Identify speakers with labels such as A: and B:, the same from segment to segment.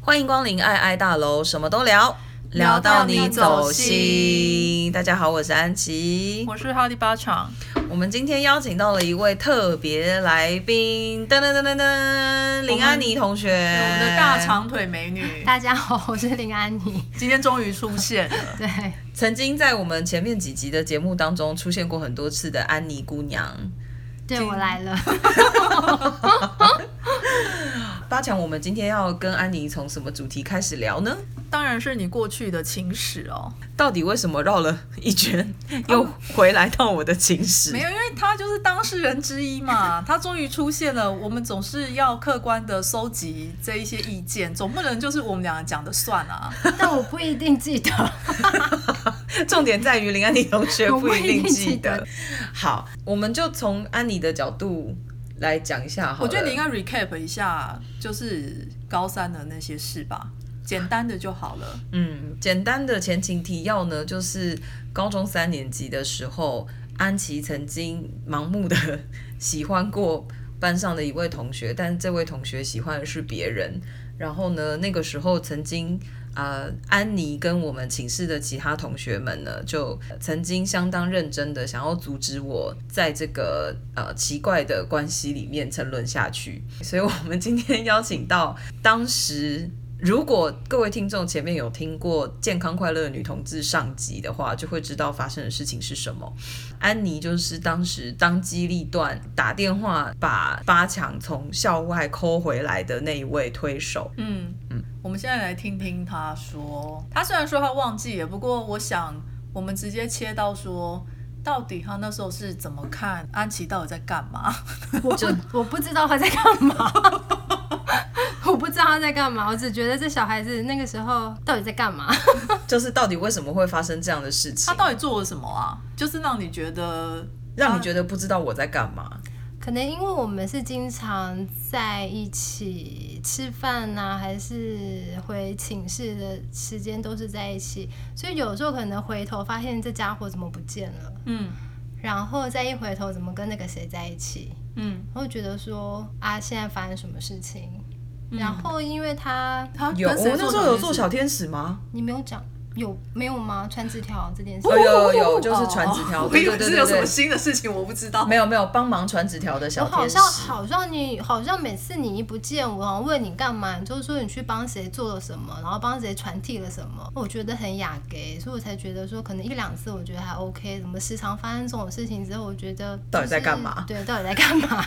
A: 欢迎光临爱爱大楼，什么都聊，
B: 聊
A: 到
B: 到
A: 你
B: 你
A: 走
B: 走
A: 心。大家好，我是安琪。
B: 我是哈利巴场，
A: 我们今天邀请到了一位特别来宾，噔噔噔噔噔，林安妮同学，
B: 我们的大长腿美女，
C: 大家好，我是林安 妮。
B: 今天终于出现了。
C: 对，
A: 曾经在我们前面几集的节目当中出现过很多次的安妮姑娘。
C: 对我来了。
A: 八强，我们今天要跟安妮从什么主题开始聊呢？
B: 当然是你过去的情史哦，
A: 到底为什么绕了一圈又回来到我的情史？
B: 啊没有，因为她就是当事人之一嘛，她终于出现了。我们总是要客观的收集这一些意见，总不能就是我们两个讲的算啊。
C: 但我不一定记得。
A: 重点在于林安妮同学
C: 我
A: 不
C: 不
A: 一
C: 一
A: 定
C: 定
A: 记
C: 记得
A: 得。好，我们就从安妮的角度来讲一下好
B: 我觉得你应
A: 该
B: 该 recap 一下，就是高三的那些事吧，简单的就好了。
A: 嗯，简单的前情提要呢，就是高中三年级的时候，安琪曾经盲目的喜欢过班上的一位同学，但这位同学喜欢的是别人。然后呢，那个时候曾经。呃，安妮跟我们寝室的其他同学们呢，就曾经相当认真的想要阻止我在这个呃奇怪的关系里面沉沦下去。所以，我们今天邀请到当时。如果各位听众前面有听过《健康快乐的女同志》上集的话，就会知道发生的事情是什么。安妮就是当时当机立断打电话把八强从校外抠回来的那一位推手。
B: 嗯，我们现在来听听他说。他虽然说他忘记了，不过我想我们直接切到说，到底他那时候是怎么看安琪到底在干 嘛？
C: 我不，我不知道他在干嘛。 我不知道他在干嘛，我只觉得这小孩子那个时候到底在干嘛？
A: 就是到底为什么会发生这样的事情
B: 他？到底做了什么啊？就是让你觉得
A: 让你觉得不知道我在干嘛？
C: 可能因为我们是经常在一起吃饭呐、还是回寝室的时间都是在一起，所以有时候可能回头发现这家伙怎么不见了，
B: 嗯
C: 然后再一回头怎么跟那个谁在一起，
B: 嗯，
C: 然后觉得说啊，现在发生什么事情？然后因为他，
B: 他
A: 有，
B: 啊跟
A: 我
B: 谁
A: 那时
B: 小
A: 候有
B: 事
A: 做小天使吗？
C: 你没有讲有没有吗？传纸条这件事
A: 哦，有有有，就是传纸条。
B: 哦我
A: 对
B: 以
A: 对
B: 为
A: 对
B: 是有
A: 对
B: 什
A: 对
B: 么，新的事情，我不知道。
A: 没有没有帮忙传纸条的
C: 我
A: 小
C: 好
A: 天使
C: 像。好像你好像每次你一不见我，好像问你干嘛，你就说你去帮谁做了什么，然后帮谁传递了什么，我觉得很雅给，所以我才觉得说可能一两次我觉得还 OK，怎么时常发生这种事情之后，我觉得、就是、
A: 到底在干嘛
C: 对，到底在干嘛？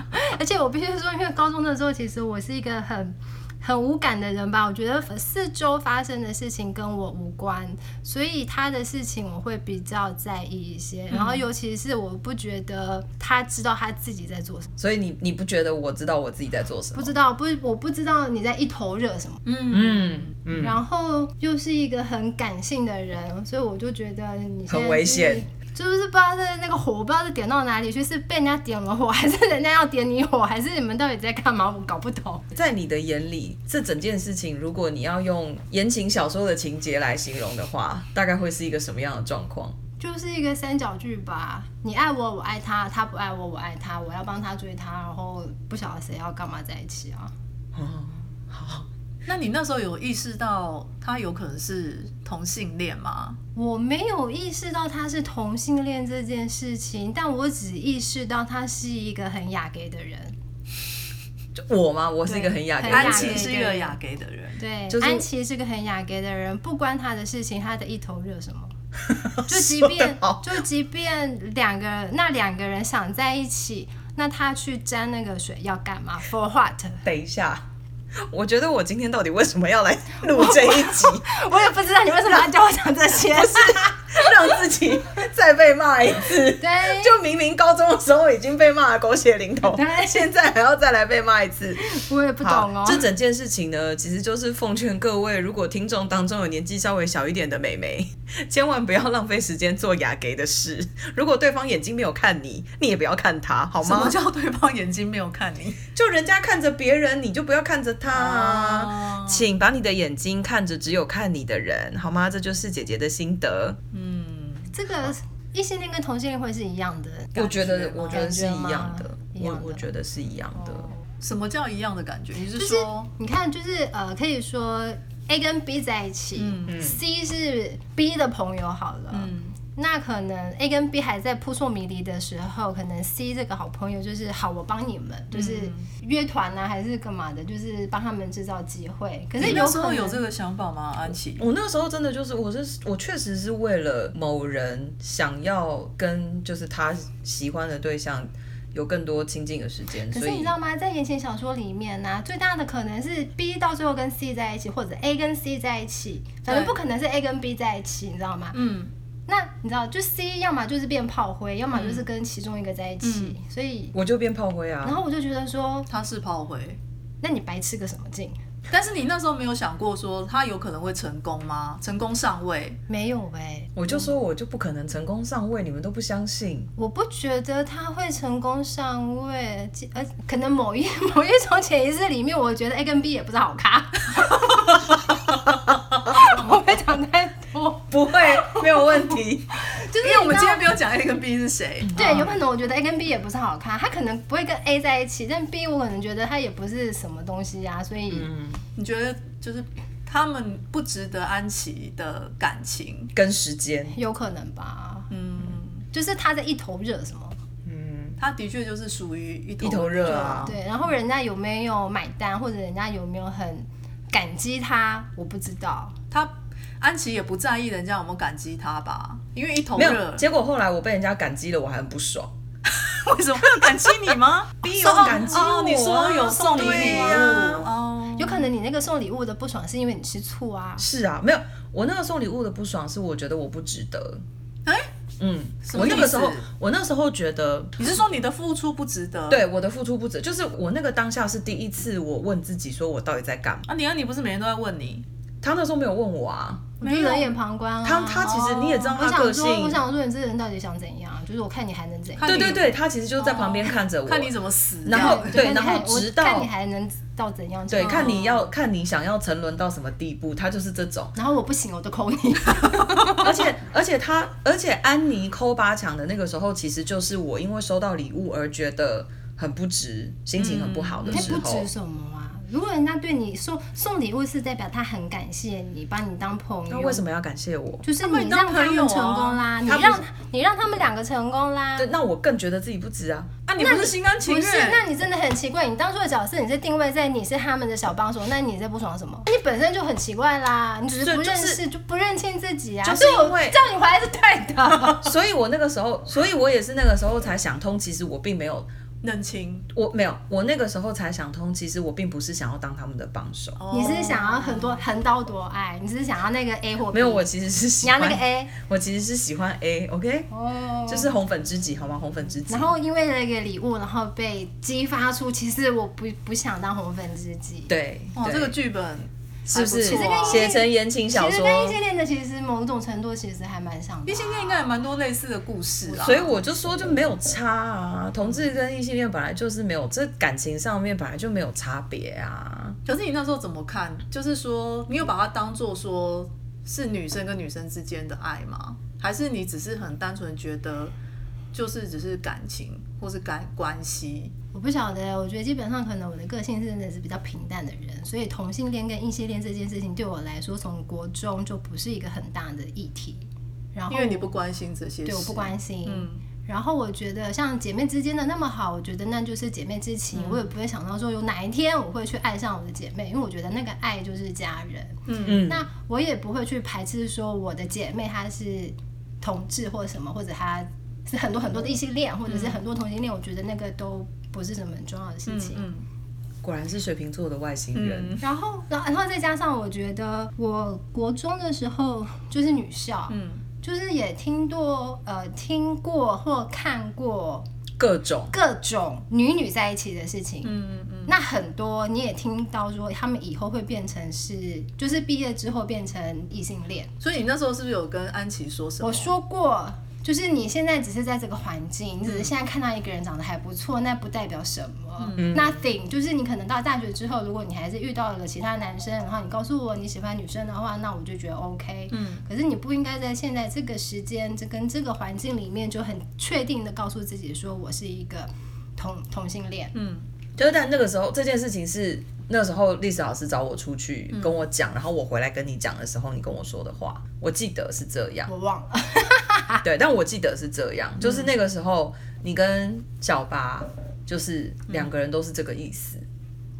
C: 而且我必须说，因为高中的时候，其实我是一个很。很无感的人吧，我觉得四周发生的事情跟我无关，所以他的事情我会比较在意一些。
A: 嗯
C: 然后尤其是我不觉得他知道他自己在做什么，
A: 所以你你不觉得我知道我自己在做什么？
C: 不知道不我不知道你在一头热什么。
B: 嗯，
A: 嗯嗯，
C: 然后又是一个很感性的人，所以我就觉得你现在
A: 很危险
C: 就是。就是不知道在那个火，我不知道是点到哪里去，是被人家点了火，还是人家要点你火，还是你们到底在干嘛？我搞不懂。
A: 在你的眼里，这整件事情，如果你要用言情小说的情节来形容的话，大概会是一个什么样的状况？
C: 就是一个三角剧吧，你爱我，我爱他，他不爱我，我爱他，我要帮他追他，然后不晓得谁要干嘛在一起啊。
A: 哦，
B: 那你那时候有意识到他有可能是同性恋吗？
C: 我没有意识到他是同性恋这件事情，但我只意识到他是一个很雅给的人。
A: 就我吗？我是一个很雅
C: 对
A: 典
C: 很
B: 安
C: 雅
B: 琪
C: 给
B: 是
C: 的
B: 一个
C: 人
B: 雅 gay 的人，
C: 对，
A: 就是
C: 安琪是个很雅给的人，不关他的事情，他的一头热 什么？就即
A: 说得
C: 便
A: 好
C: 就即便两个那两个人想在一起，那他去沾那个水要干嘛？For what？
A: 等一下，我觉得我今天到底为什么要来录这一 集，
C: 我也不知道你为什么要叫我讲这些。
A: 让自己再被骂一次？
C: 对，
A: 就明明高中的时候已经被骂的狗血淋头，
C: 对
A: 现在还要再来被骂一次。
C: 我也不懂
A: 好，
C: 哦。
A: 这整件事情呢，其实就是奉劝各位，如果听众当中有年纪稍微小一点的美眉， 千万不要浪费时间做雅给的事。如果对方眼睛没有看你，你也不要看他，好
B: 什么
A: 吗？
B: 叫对方眼睛没有看你？
A: 就人家看着别人，你就不要看着他啊。
B: 啊，
A: 请把你的眼睛看着只有看你的人，好吗？这就是姐姐的心得。
B: 嗯，
C: 这个异性恋跟同性恋会是一样的，
A: 我觉得
B: 感，觉吗
A: 我觉得是一样的
C: 感觉吗，一
A: 我
C: 样的
A: 我觉得是一样的。
C: 哦
B: 什么叫一样的感觉？你是
C: 就是
B: 说
C: 你看，就是呃，可以说 A 跟 B 在一起、
B: 嗯
C: c 是 B 的朋友好了。
B: 嗯
C: 那可能 A 跟 B 还在扑朔迷离的时候，可能 C 这个好朋友就是好，我帮你们，就是
B: 嗯
C: 约团啊，还是干嘛的，就是帮他们制造机会。可是
B: 你
C: 有
B: 那时
C: 可
B: 候
C: 能
B: 有这个想法吗？安琪，
A: 我那时候真的就是，我是我确实是为了某人想要跟就是他喜欢的对象有更多亲近的时间，
C: 可
A: 所
C: 是你
A: 以
C: 知道吗？在言情小说里面呢、最大的可能是 B 到最后跟 C 在一起，或者 A 跟 C 在一起，反正
B: 对
C: 不可能是 A 跟 B 在一起，你知道吗？
B: 嗯，
C: 那你知道，就 C 要么就是变炮灰，要么就是跟其中一个在一起，所以。
A: 我就变炮灰啊
B: 嗯
C: 然。后我就觉得说，
B: 他是炮灰，
C: 那你白吃个什么劲？
B: 但是你那时候没有想过说他有可能会成功吗？成功上位，
C: 没有哎、
A: 我就说我就不可能成功上位，你们都不相信。
C: 我不觉得他会成功上位，即呃，可能某一 某一种潜意识里面，我觉得 A 跟 B 也不是好咖。 我会讲太多，
A: 不会，没有问 题。
C: 就是
B: 因为我
C: 你
B: 们
C: 知
B: 今
C: 道
B: 天没有讲 A 跟 B 是谁，
C: 对，有可能我觉得 A 跟 B 也不是好咖，他可能不会跟 A 在一起，但 B 我可能觉得他也不是什么东西啊，所以、
A: 嗯，
B: 你觉得就是他们不值得安琪的感情？
A: 跟时间，
C: 有可能吧，
B: 嗯，
C: 就是他在一头热什么。
A: 嗯，
B: 他的确就是属于一头
A: 一头热啊
C: 对，然后人家有没有买单，或者人家有没有很感激他，我不知道。
B: 他安琪也不在意人家有没有感激他吧，因为一头
A: 没
B: 热
A: 有。，结果后来我被人家感激了，我还很不爽。
B: 为什么会有感激你吗
A: B 有感激我啊
B: 哦你说有送你
A: 对
B: 礼物
A: 呀
B: 哦，
C: 有可能你那个送礼物的不爽是因为你吃醋啊，
A: 是啊，没有，我那个送礼物的不爽是我觉得我不值得。
B: 哎、
A: 嗯，
B: 什么
A: 我那个
B: 意思
A: 时候，我那时候觉得
B: 你是说你的付出不值
C: 嗯
B: 得？。
A: 对我的付出不止，就是我那个当下是第一次，我问自己说我到底在干嘛。
B: 啊，你啊，你不是每天都在问你？
A: 他那时候没有问我啊，
C: 我就冷眼旁观啊。
A: 他他其实
B: 哦
A: 你也知道
C: 我
A: 他个性，
C: 想说，我想说，你这人到底想怎样？啊就是我看你还能怎样？
B: 看
A: 对
B: 你
A: 对对，他其实就是在
C: 哦
A: 旁边看 着我，
B: 看你怎么死掉。
A: 然后对
C: 看你
A: 然后
C: 还我
A: 直到
C: 看你还能到怎样？
A: 对，
C: 就。
A: 看你要看你想要沉沦到什么地步，他就是这种
C: 然后我不行，我就 扣你。
A: 而且而且他而且安妮抠八强的那个时候，其实就是我因为收到礼物而觉得很不值，心情很不好的
C: 那
A: 时
C: 嗯不
A: 候
C: 值。什么啊？如果人家对你送送礼物，是代表他很感谢你，把你当朋友。
A: 那为什么要感谢我？
C: 就是
B: 把
C: 你
B: 你
C: 让
B: 当
C: 他
B: 朋
C: 们
B: 友啊
C: 成功啦，你
A: 他不
C: 让
A: 是
C: 你让他们两个成功啦。
A: 对，那我更觉得自己不值啊。
B: 啊，你不是心甘情
C: 不是，
B: 愿？
C: 那你真的很奇怪。你当初的角色，你是定位在你是他们的小帮手，那你在不爽什么？你本身就很奇怪啦，你只是
A: 对
C: 不
A: 就
C: 认
A: 是
C: 识，就不认清自己啊。
A: 就是
C: 所以我
A: 因为
C: 叫你回来是对的。
A: 所以我那个时候，所以我也是那个时候才想通，其实我并没有，
B: 认清。
A: 我没有，我那个时候才想通，其实我并不是想要当他们的帮手，
B: 哦
C: 你是想要很多横刀夺爱，你只是想要那个 A 或 B
A: 没有，我其实是
C: 你
A: 喜
C: 要
A: 欢
C: 那个 A
A: 我其实是喜欢 A，OK，、
C: 哦
A: 就是红粉知己，好吗？红粉知己
C: 然。后因为那个礼物，然后被激发出，其实我不不想当红粉知己。，
A: 对，
B: 哇，
A: 对
B: 哦这个剧本
A: 是不是
B: 还不错啊
A: 写成言情小
C: 其实跟异
A: 说？
C: 性恋的其实某种程度其实还蛮像的、
B: 异性恋应该也蛮多类似的故事啦。
A: 所以我就说就没有差啊，同志跟异性恋本来就是没有，这感情上面本来就没有差别啊。
B: 可是你那时候怎么看？就是说，你有把它当做说是女生跟女生之间的爱吗？还是你只是很单纯觉得就是只是感情或是感关系？
C: 我不晓得，我觉得基本上可能我的个性真的是比较平淡的人，所以同性恋跟异性恋这件事情对我来说，从国中就不是一个很大的议题。然后
B: 因为你不关心这些事，
C: 对我不关心，
B: 嗯，
C: 然后我觉得像姐妹之间的那么好，我觉得那就是姐妹之
B: 嗯
C: 情，我也不会想到说有哪一天我会去爱上我的姐妹，因为我觉得那个爱就是家人。
A: 嗯，
C: 那我也不会去排斥说我的姐妹她是同志或什么，或者她是很多很多的异性恋，或者
B: 嗯
C: 是很多同性恋，我觉得那个都不是什么很重要的事情。
B: 嗯
A: 果然是水瓶座的外星人。
B: 嗯
C: 然后，然后然后再加上，我觉得我国中的时候就是女校，
B: 嗯，
C: 就是也听过呃听过或看过
A: 各种
C: 各种女女在一起的事情，
B: 嗯嗯
C: 那很多你也听到说他们以后会变成是，就是毕业之后变成异性恋。
B: 所以你那时候是不是有跟安琪说什么？
C: 我说过，就是你现在只是在这个环境，
B: 嗯
C: 你只是现在看到一个人长得还不错，那不代表什么、nothing。就是
B: 嗯
C: 你可能到大学之后，如果你还是遇到了其他男生，然后你告诉我你喜欢女生的话，那我就觉得 OK。
B: 嗯，
C: 可是你不应该在现在这个时间、这跟这个环境里面就很确定的告诉自己说我是一个同同性恋。
B: 嗯，
A: 就是但那个时候这件事情是那时候历史老师找我出去
C: 嗯
A: 跟我讲，然后我回来跟你讲的时候，你跟我说的话，我记得是这样。
C: 我忘了。 嗯
A: 对，但我记得是这样，就是那个时候你跟小八就是两个人都是这个意思。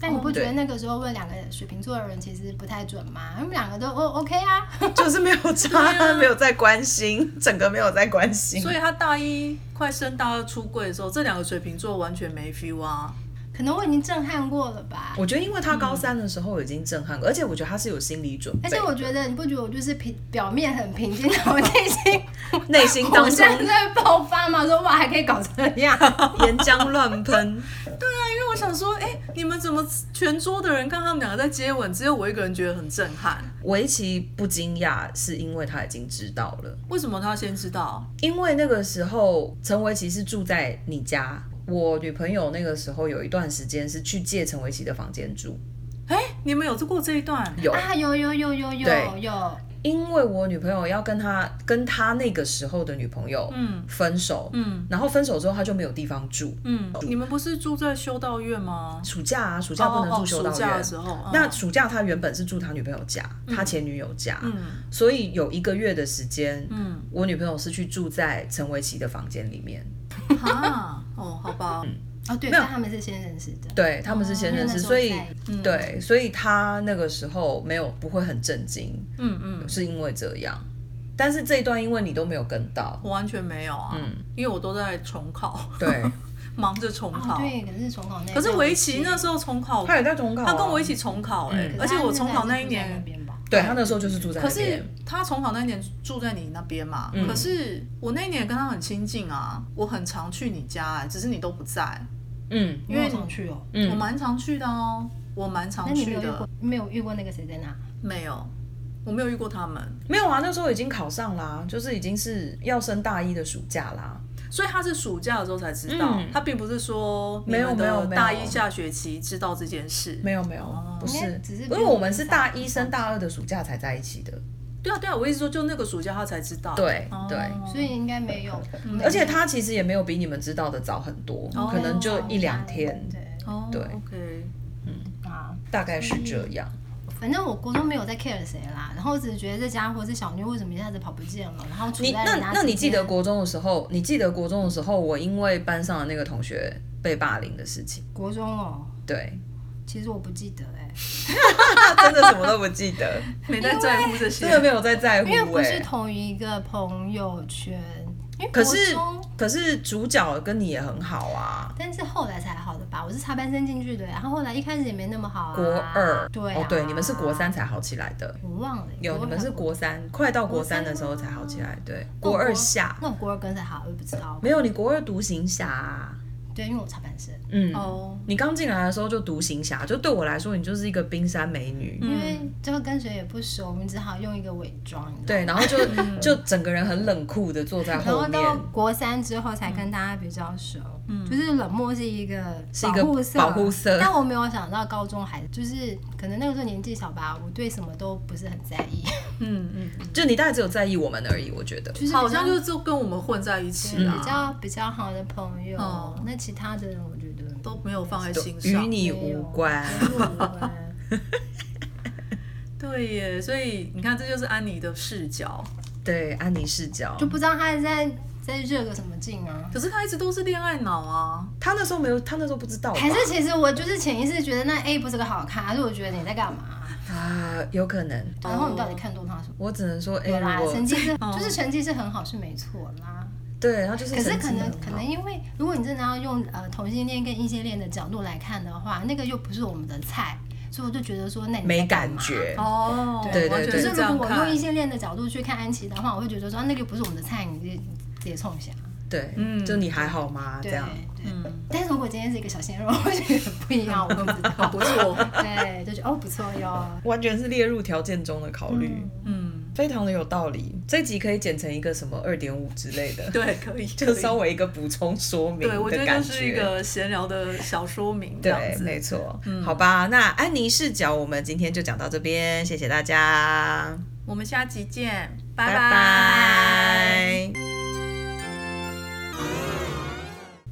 C: 但你不觉得
A: 对
C: 那个时候问两个水瓶座的人其实不太准吗？他们两个都哦 OK 啊，
A: 就是没 有差，没有在关心，整个没有在关
C: 哎
A: 心。
B: 所以他大一快升大二出柜的时候，这两个水瓶座完全没 feel 啊。
C: 可能我已经震撼过了吧。
A: 我觉得，因为他高三的时候已经震撼过，而且我觉得他是有心理准备
C: 嗯而
A: 的，
C: 且我觉得，你不觉得我就是平表面很平静，但我内心
A: 内心当
C: 火
A: 中
C: 山在爆发嘛？说哇还可以搞这样，
A: 岩浆乱喷，
B: 因为我想说，哎、你们怎么全桌的人看他们两个在接吻，只有我一个人觉得很震撼？
A: 围棋不惊讶，是因为他已经知道了。
B: 为什么他先知道？
A: 因为那个时候陈维琪是住在你家，我女朋友那个时候有一段时间是去借陈维琪的房间住，
B: 哎、你们有过这一段？
A: 有，
C: 啊，有有有有哦有
A: 对
C: 有，
A: 因为我女朋友要跟他跟他那个时候的女朋友
B: 嗯
A: 分手，
B: 嗯
A: 然后分手之后他就没有地方住，
B: 嗯，你们不是住在修道院
C: 哦
B: 吗？
A: 暑假啊，暑
B: 暑
A: 假不能住修道
B: 哦暑
A: 院。
B: 假的时候，嗯
A: 那暑假他原本是住他女朋友家，他前女友家，
B: 嗯
A: 所以有一个月的时间，
B: 嗯
A: 我女朋友是去住在陈维琪的房间里面。
B: 啊，哦，好吧，
C: 哦对，
A: 没有
C: 但他们是先认识的，
A: 对，他们是先认识，
C: 哦
A: 所以
C: 那时候在
B: 嗯，
A: 对，所以他那个时候没有不会很震惊，
B: 嗯嗯，
A: 是因为这样。但是这一段因为你都没有跟到，
B: 我完全没有啊，
A: 嗯，
B: 因为我都在重考，
A: 对，
B: 忙着重
C: 哦
B: 考。
C: 对，可是重考那，
B: 可是围棋那时候重考，
A: 他也在重考、
B: 他跟我一，起重考哎、
A: 嗯
B: 而且我重考那一
C: 可是他是在那
B: 年，
C: 边吧
A: 哦对他那时候就是住在
B: 可
A: 那
B: 是
A: 边，
B: 他重考那一年住在你那边嘛、
A: 嗯
B: 可是我那一年跟他很亲近啊，我很常去你家、哎，只是你都不在，
A: 嗯
C: 因
B: 因为
C: 为想去哦，
B: 我
A: 嗯，
B: 蛮常去的哦，我蛮
C: 那
B: 常
C: 你没
B: 去
C: 有遇
B: 的哦
C: 过，没有遇过那个谁在那？
B: 没有，我没有遇过他们，
A: 没有啊，那时候已经考上啦，就是已经是要升大一的暑假啦，
B: 所以他是暑假的时候才知道，
A: 嗯
B: 他并不是说你
A: 没有
B: 们
A: 没有
B: 的
A: 没有
B: 大一下学期知道这件事，
A: 没有没有，不
C: 应该
A: 是，
C: 只是
A: 因
C: 不
A: 为
C: 用
A: 我们是
C: 分散
A: 大一升大二的暑假才在一起的，
B: 对啊对啊，我意思说就那个暑假他才知道，
A: 对
B: 哦
A: 对
C: 所以应该没有，
A: 而且他其实也没有比你们知道的早很多，
B: 哦
A: 可能就一两天，
C: 对
B: 哦
A: 对
B: ，OK，
C: 啊。
A: 大概是这样。
C: 反正我国中没有在 care 谁啦，然后我只是觉得这家伙这小妞为什么一下子跑不见了，然后处
A: 你
C: 在
A: 那
C: 人家
A: 那你
C: 之
A: 记
C: 间
A: 得国中的时候，你记得国中的时候，我因为班上的那个同学被霸凌的事情，
C: 国中哦，
A: 对，
C: 其实我不记得哎、
A: 他真的什么都不记 得，
B: 没在在乎这些
A: 真，的没有在在乎、
C: 因为不是
A: 欸。
C: 同一个朋友圈，因为
A: 可
C: 国
A: 是
C: 中，
A: 可是主角跟你也很好啊，
C: 但是后来才好的吧，我是插班生进去的，然后后来一开始也没那么好、啊。
A: 国二，
C: 对、
A: 哦对，你们是国三，才好起来的，
C: 我忘了，
A: 有
C: 国
A: 你
C: 二
A: 们是国三，快到国三的时候才好起来，对，国二下，
C: 那我哦国二跟谁好，我也不知道。
A: 没有你国二独行侠啊、
C: 对，因为我插班生，
A: 嗯。
B: 哦，
A: 你刚进来的时候就独行侠，就对我来说，你就是一个冰山美女，
B: 嗯
C: 因为就跟谁也不熟，我们只好用一个伪装。你知道吗
A: 对，然后就就整个人很冷酷的坐在
C: 然
A: 后
C: 后
A: 面，嗯
C: 到国三之后才跟大家比较熟，就是冷漠是一个
A: 是一个
C: 护色，
A: 保护色
C: 但我没有想到高中还就是可能那个时候年纪小吧，我对什么都不是很在意，
B: 嗯嗯，
A: 就你大概只有在意我们而已，我觉得。
C: 就是比较
B: 好像就是就跟我们混在一起
C: 对
A: 啊嗯
B: 啦，
C: 比较比较好的朋友。
B: 哦
C: 那其他的人我觉得
B: 都没有放在心
A: 与
B: 上。
A: 你无关，
C: 没有哎
B: 对耶，所以你看，这就是安妮的视角。
A: 对安妮视角
C: 就，不知道他在在热个什么劲啊。
B: 可是她一直都是恋爱脑啊，
A: 他那时候没有，他那时候不知道吧，
C: 还是其实我就是潜意识觉得那 A 不是个好看，还是我觉得你在干嘛？
A: 啊，有可能，
C: 然后你到底看中他什么？
A: 我只能说，哎、
C: 对啦，
A: 如
C: 成
A: 果
C: 绩 是
B: 哦
C: 就是成绩是很好是没错啦。
A: 对，他就是
C: 可是
A: 成绩
C: 可能
A: 很好
C: 可能因为，如果你真的要用呃同性恋跟异性恋的角度来看的话，那个又不是我们的菜，所以我就觉得说，那你在
A: 没
C: 干
A: 感
C: 嘛。
A: 觉，
B: 哦，
A: 对对
B: 完全
C: 可
A: 对
C: 是
B: 是这
C: 如
B: 样
C: 果用
B: 看
C: 异。性恋的角度去看安琪的话，我会觉得说，啊那个又不是我们的菜，你直接直接冲一下。
A: 对，
B: 嗯
A: 就你还好吗？啊这
C: 对
A: 样，
C: 对。
B: 嗯，
C: 但是如果今天是一个小鲜肉，我觉得不一样，我 更不知道。
B: 不错，
C: 对，就觉得哦不错哟。
A: 完全是列入条件中的考虑，
B: 嗯，
A: 非常的有道理。这集可以剪成一个什么二点五之类的，
B: 对，可以，
A: 就稍
B: 微。
A: 微一个补充说明
B: 对，我觉
A: 的
B: 得
A: 感
B: 就是一个闲聊的小说明这样
A: 对，没
B: 子。
A: 错。
C: 嗯
A: 好吧，那安妮视角我们今天就讲到这边，谢谢大家，
B: 我们下集见，
A: 拜
B: 拜
A: 拜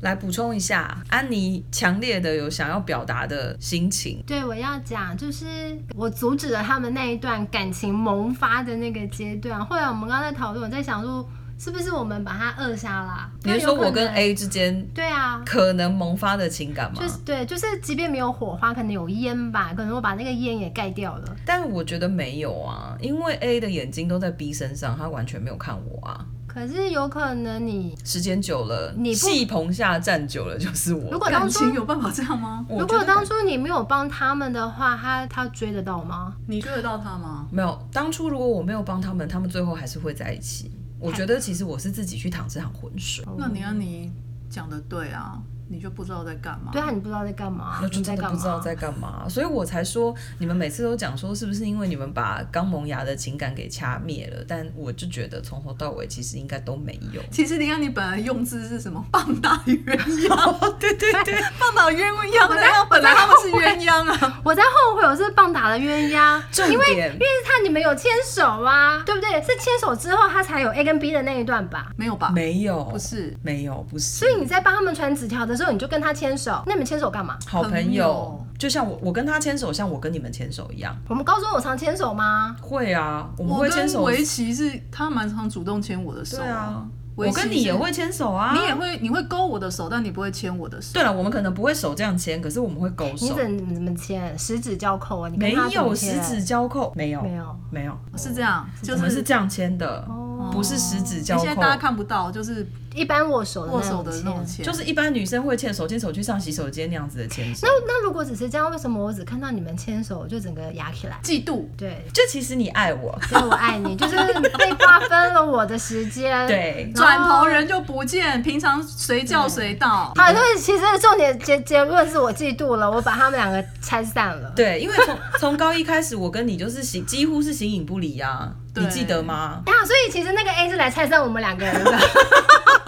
A: 来补充一下，安妮强烈的有想要表达的心情。
C: 对，我要讲就是我阻止了他们那一段感情萌发的那个阶段。后来我们刚才讨论，我在想说，是不是我们把它扼杀啦、
A: 你是
C: 那
A: 说
C: 有可
A: 我跟
C: 能
A: A 之间
C: 对啊，
A: 可能萌发的情感吗？
C: 就是对，就是即便没有火花，可能有烟吧，可能我把那个烟也盖掉了。
A: 但我觉得没有啊，因为 A 的眼睛都在 B 身上，他完全没有看我啊。
C: 可是有可能你
A: 时间久了，
C: 你不
A: 戏棚下站久了就是我。
C: 如果当
B: 感
C: 初
B: 情有办法这样吗？
A: 我
C: 如
A: 觉
C: 果
A: 得
C: 当初你没有帮他们的话，他他追得到吗？
B: 你追得到他吗？
A: 没有，当初如果我没有帮他们，他们最后还是会在一起。我觉得其实我是自己去淌这趟浑水，
B: 那你安妮讲的对啊，你就不知道在干嘛。
C: 对啊，你不知道在干嘛，
A: 那就
C: 你在
A: 真的
C: 干
A: 不
C: 嘛？
A: 知道在干嘛，所以我才说你们每次都讲说是不是因为你们把刚萌芽的情感给掐灭了，但我就觉得从头到尾其实应该都没有。
B: 其实林安妮本来用字是什么？棒打鸳 鸯，
A: 哦对对对，
B: 棒打鸳鸯的，然后本来他们是鸳鸯啊。
C: 我在后悔，我是棒打了鸳鸯，
A: 重
C: 因为因
A: 点
C: 为他你们有牵手啊，对不对？是牵手之后他才有 A 跟 B 的那一段吧？
B: 没有吧？
A: 没有，
B: 不是
A: 没有，不是。
C: 所以你在帮他们传纸条的时候，你就跟他牵手，那你们牵手干嘛？
A: 好朋
B: 朋
A: 友
B: 友，
A: 就像我我跟他牵手，像我跟你们牵手一样，
C: 我们高中有常牵手吗？
A: 会啊，我们
B: 我
A: 会牵
B: 跟
A: 手，
B: 围棋是他蛮常主动牵我的手
A: 对啊，
B: 围
A: 我
B: 棋
A: 跟你也会牵手啊，
B: 是，你也。会，你会勾我的手，但你不会牵我的手。
A: 对了，我们可能不会手这样牵，可是我们会勾
C: 你
A: 手，
C: 怎么怎么牵？十指交扣啊？你
A: 没
C: 跟他怎
A: 有
C: 么
A: 十
C: 牵
A: 指交扣，没有，
C: 没有
A: 没有，
B: 是这样，就
A: 哦我们是
B: 是
A: 这样牵的，
C: 哦
A: 不是十指
B: 因
A: 交
B: 为
A: 扣。
B: 现在大家看不到，就是
C: 一般握手的
B: 握手的那
C: 种
B: 种
C: 牵。
A: 就
B: 牵，
A: 是一般女生会牵手牵手去上洗手间那样子的牵手
C: 那。那如果只是这样，为什么我只看到你们牵手我就整个压起来？
B: 嫉妒。
A: 哦
C: 对，
A: 就其实你爱我，
C: 所以我爱你，就是被瓜分了我的时间。。
A: 对，
B: 转头人就不见，平常随叫随
A: 哦
B: 到。
C: 好，对，其实重点结结论是我嫉妒了，我把他们两个拆散了。
A: 对，因为从从高一开始，我跟你就是形几乎是形影不离啊，你
B: 对
A: 记得吗？
C: 啊，所以其实那个 A 是来拆散我们两个人的，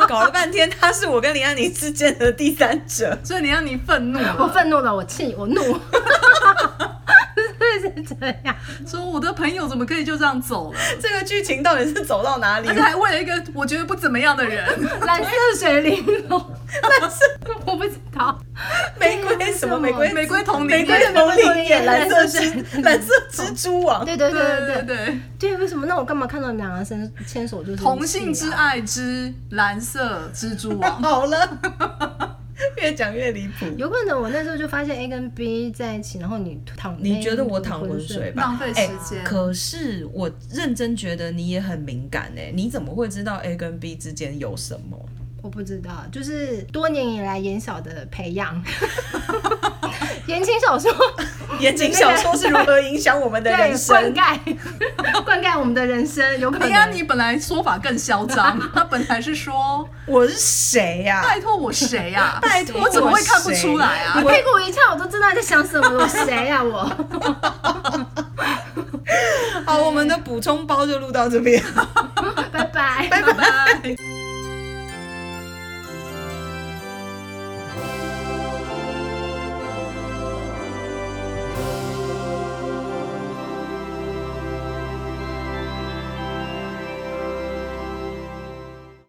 A: 搞了半天，他是我跟林安妮之间的第三者。
B: 所以你让你愤怒
C: 我
B: 了，
C: 愤怒了，我气，我怒，是不是这样？
B: 说我的朋友怎么可以就这样走了，
A: 这个剧情到底是走到哪里
B: 而？且还为了一个我觉得不怎么样的人，
C: 蓝色水玲珑，
A: 但是
C: 我不知道，
A: 玫瑰什么玫瑰
B: 玫瑰同
A: 玫
B: 林
A: 瑰
B: 叶。
A: 同林
C: 眼
A: 眼，蓝色
C: 蓝色
A: 蜘蓝色蜘蛛网。
C: 对对
B: 对
C: 对对对
B: 对对，
C: 对，为什么？那我干嘛看到你们两个牵牵手就是啊
B: 同性之？爱之蓝色蜘蛛 网，
A: 好了， 越讲越离谱。
C: 有可能我那时候就发现 A 跟 B 在一起，然后你躺，
A: 你觉得我淌浑水？吧？哎
B: 浪费时间。
A: 可是我认真觉得你也很敏感哎、你怎么会知道 A 跟 B 之间有什么？
C: 我不知道，就是多年以来眼小的培养，言情小说
A: 言情小说是如何影响我们的
C: 对
A: 人
C: 灌
A: 生？
C: 溉灌溉我们的人生，有可能。
B: 林安妮本来说法更嚣张，她本来是说
A: 我是谁呀、
B: 拜托我谁呀、
A: 拜托
B: 我怎么会看不出来
C: 你
B: 啊？
C: 屁股一翘，我都知道你在想什么了。我谁呀、我？
A: 好，我们的补充包就录到这边。
C: 拜拜。
B: 拜拜。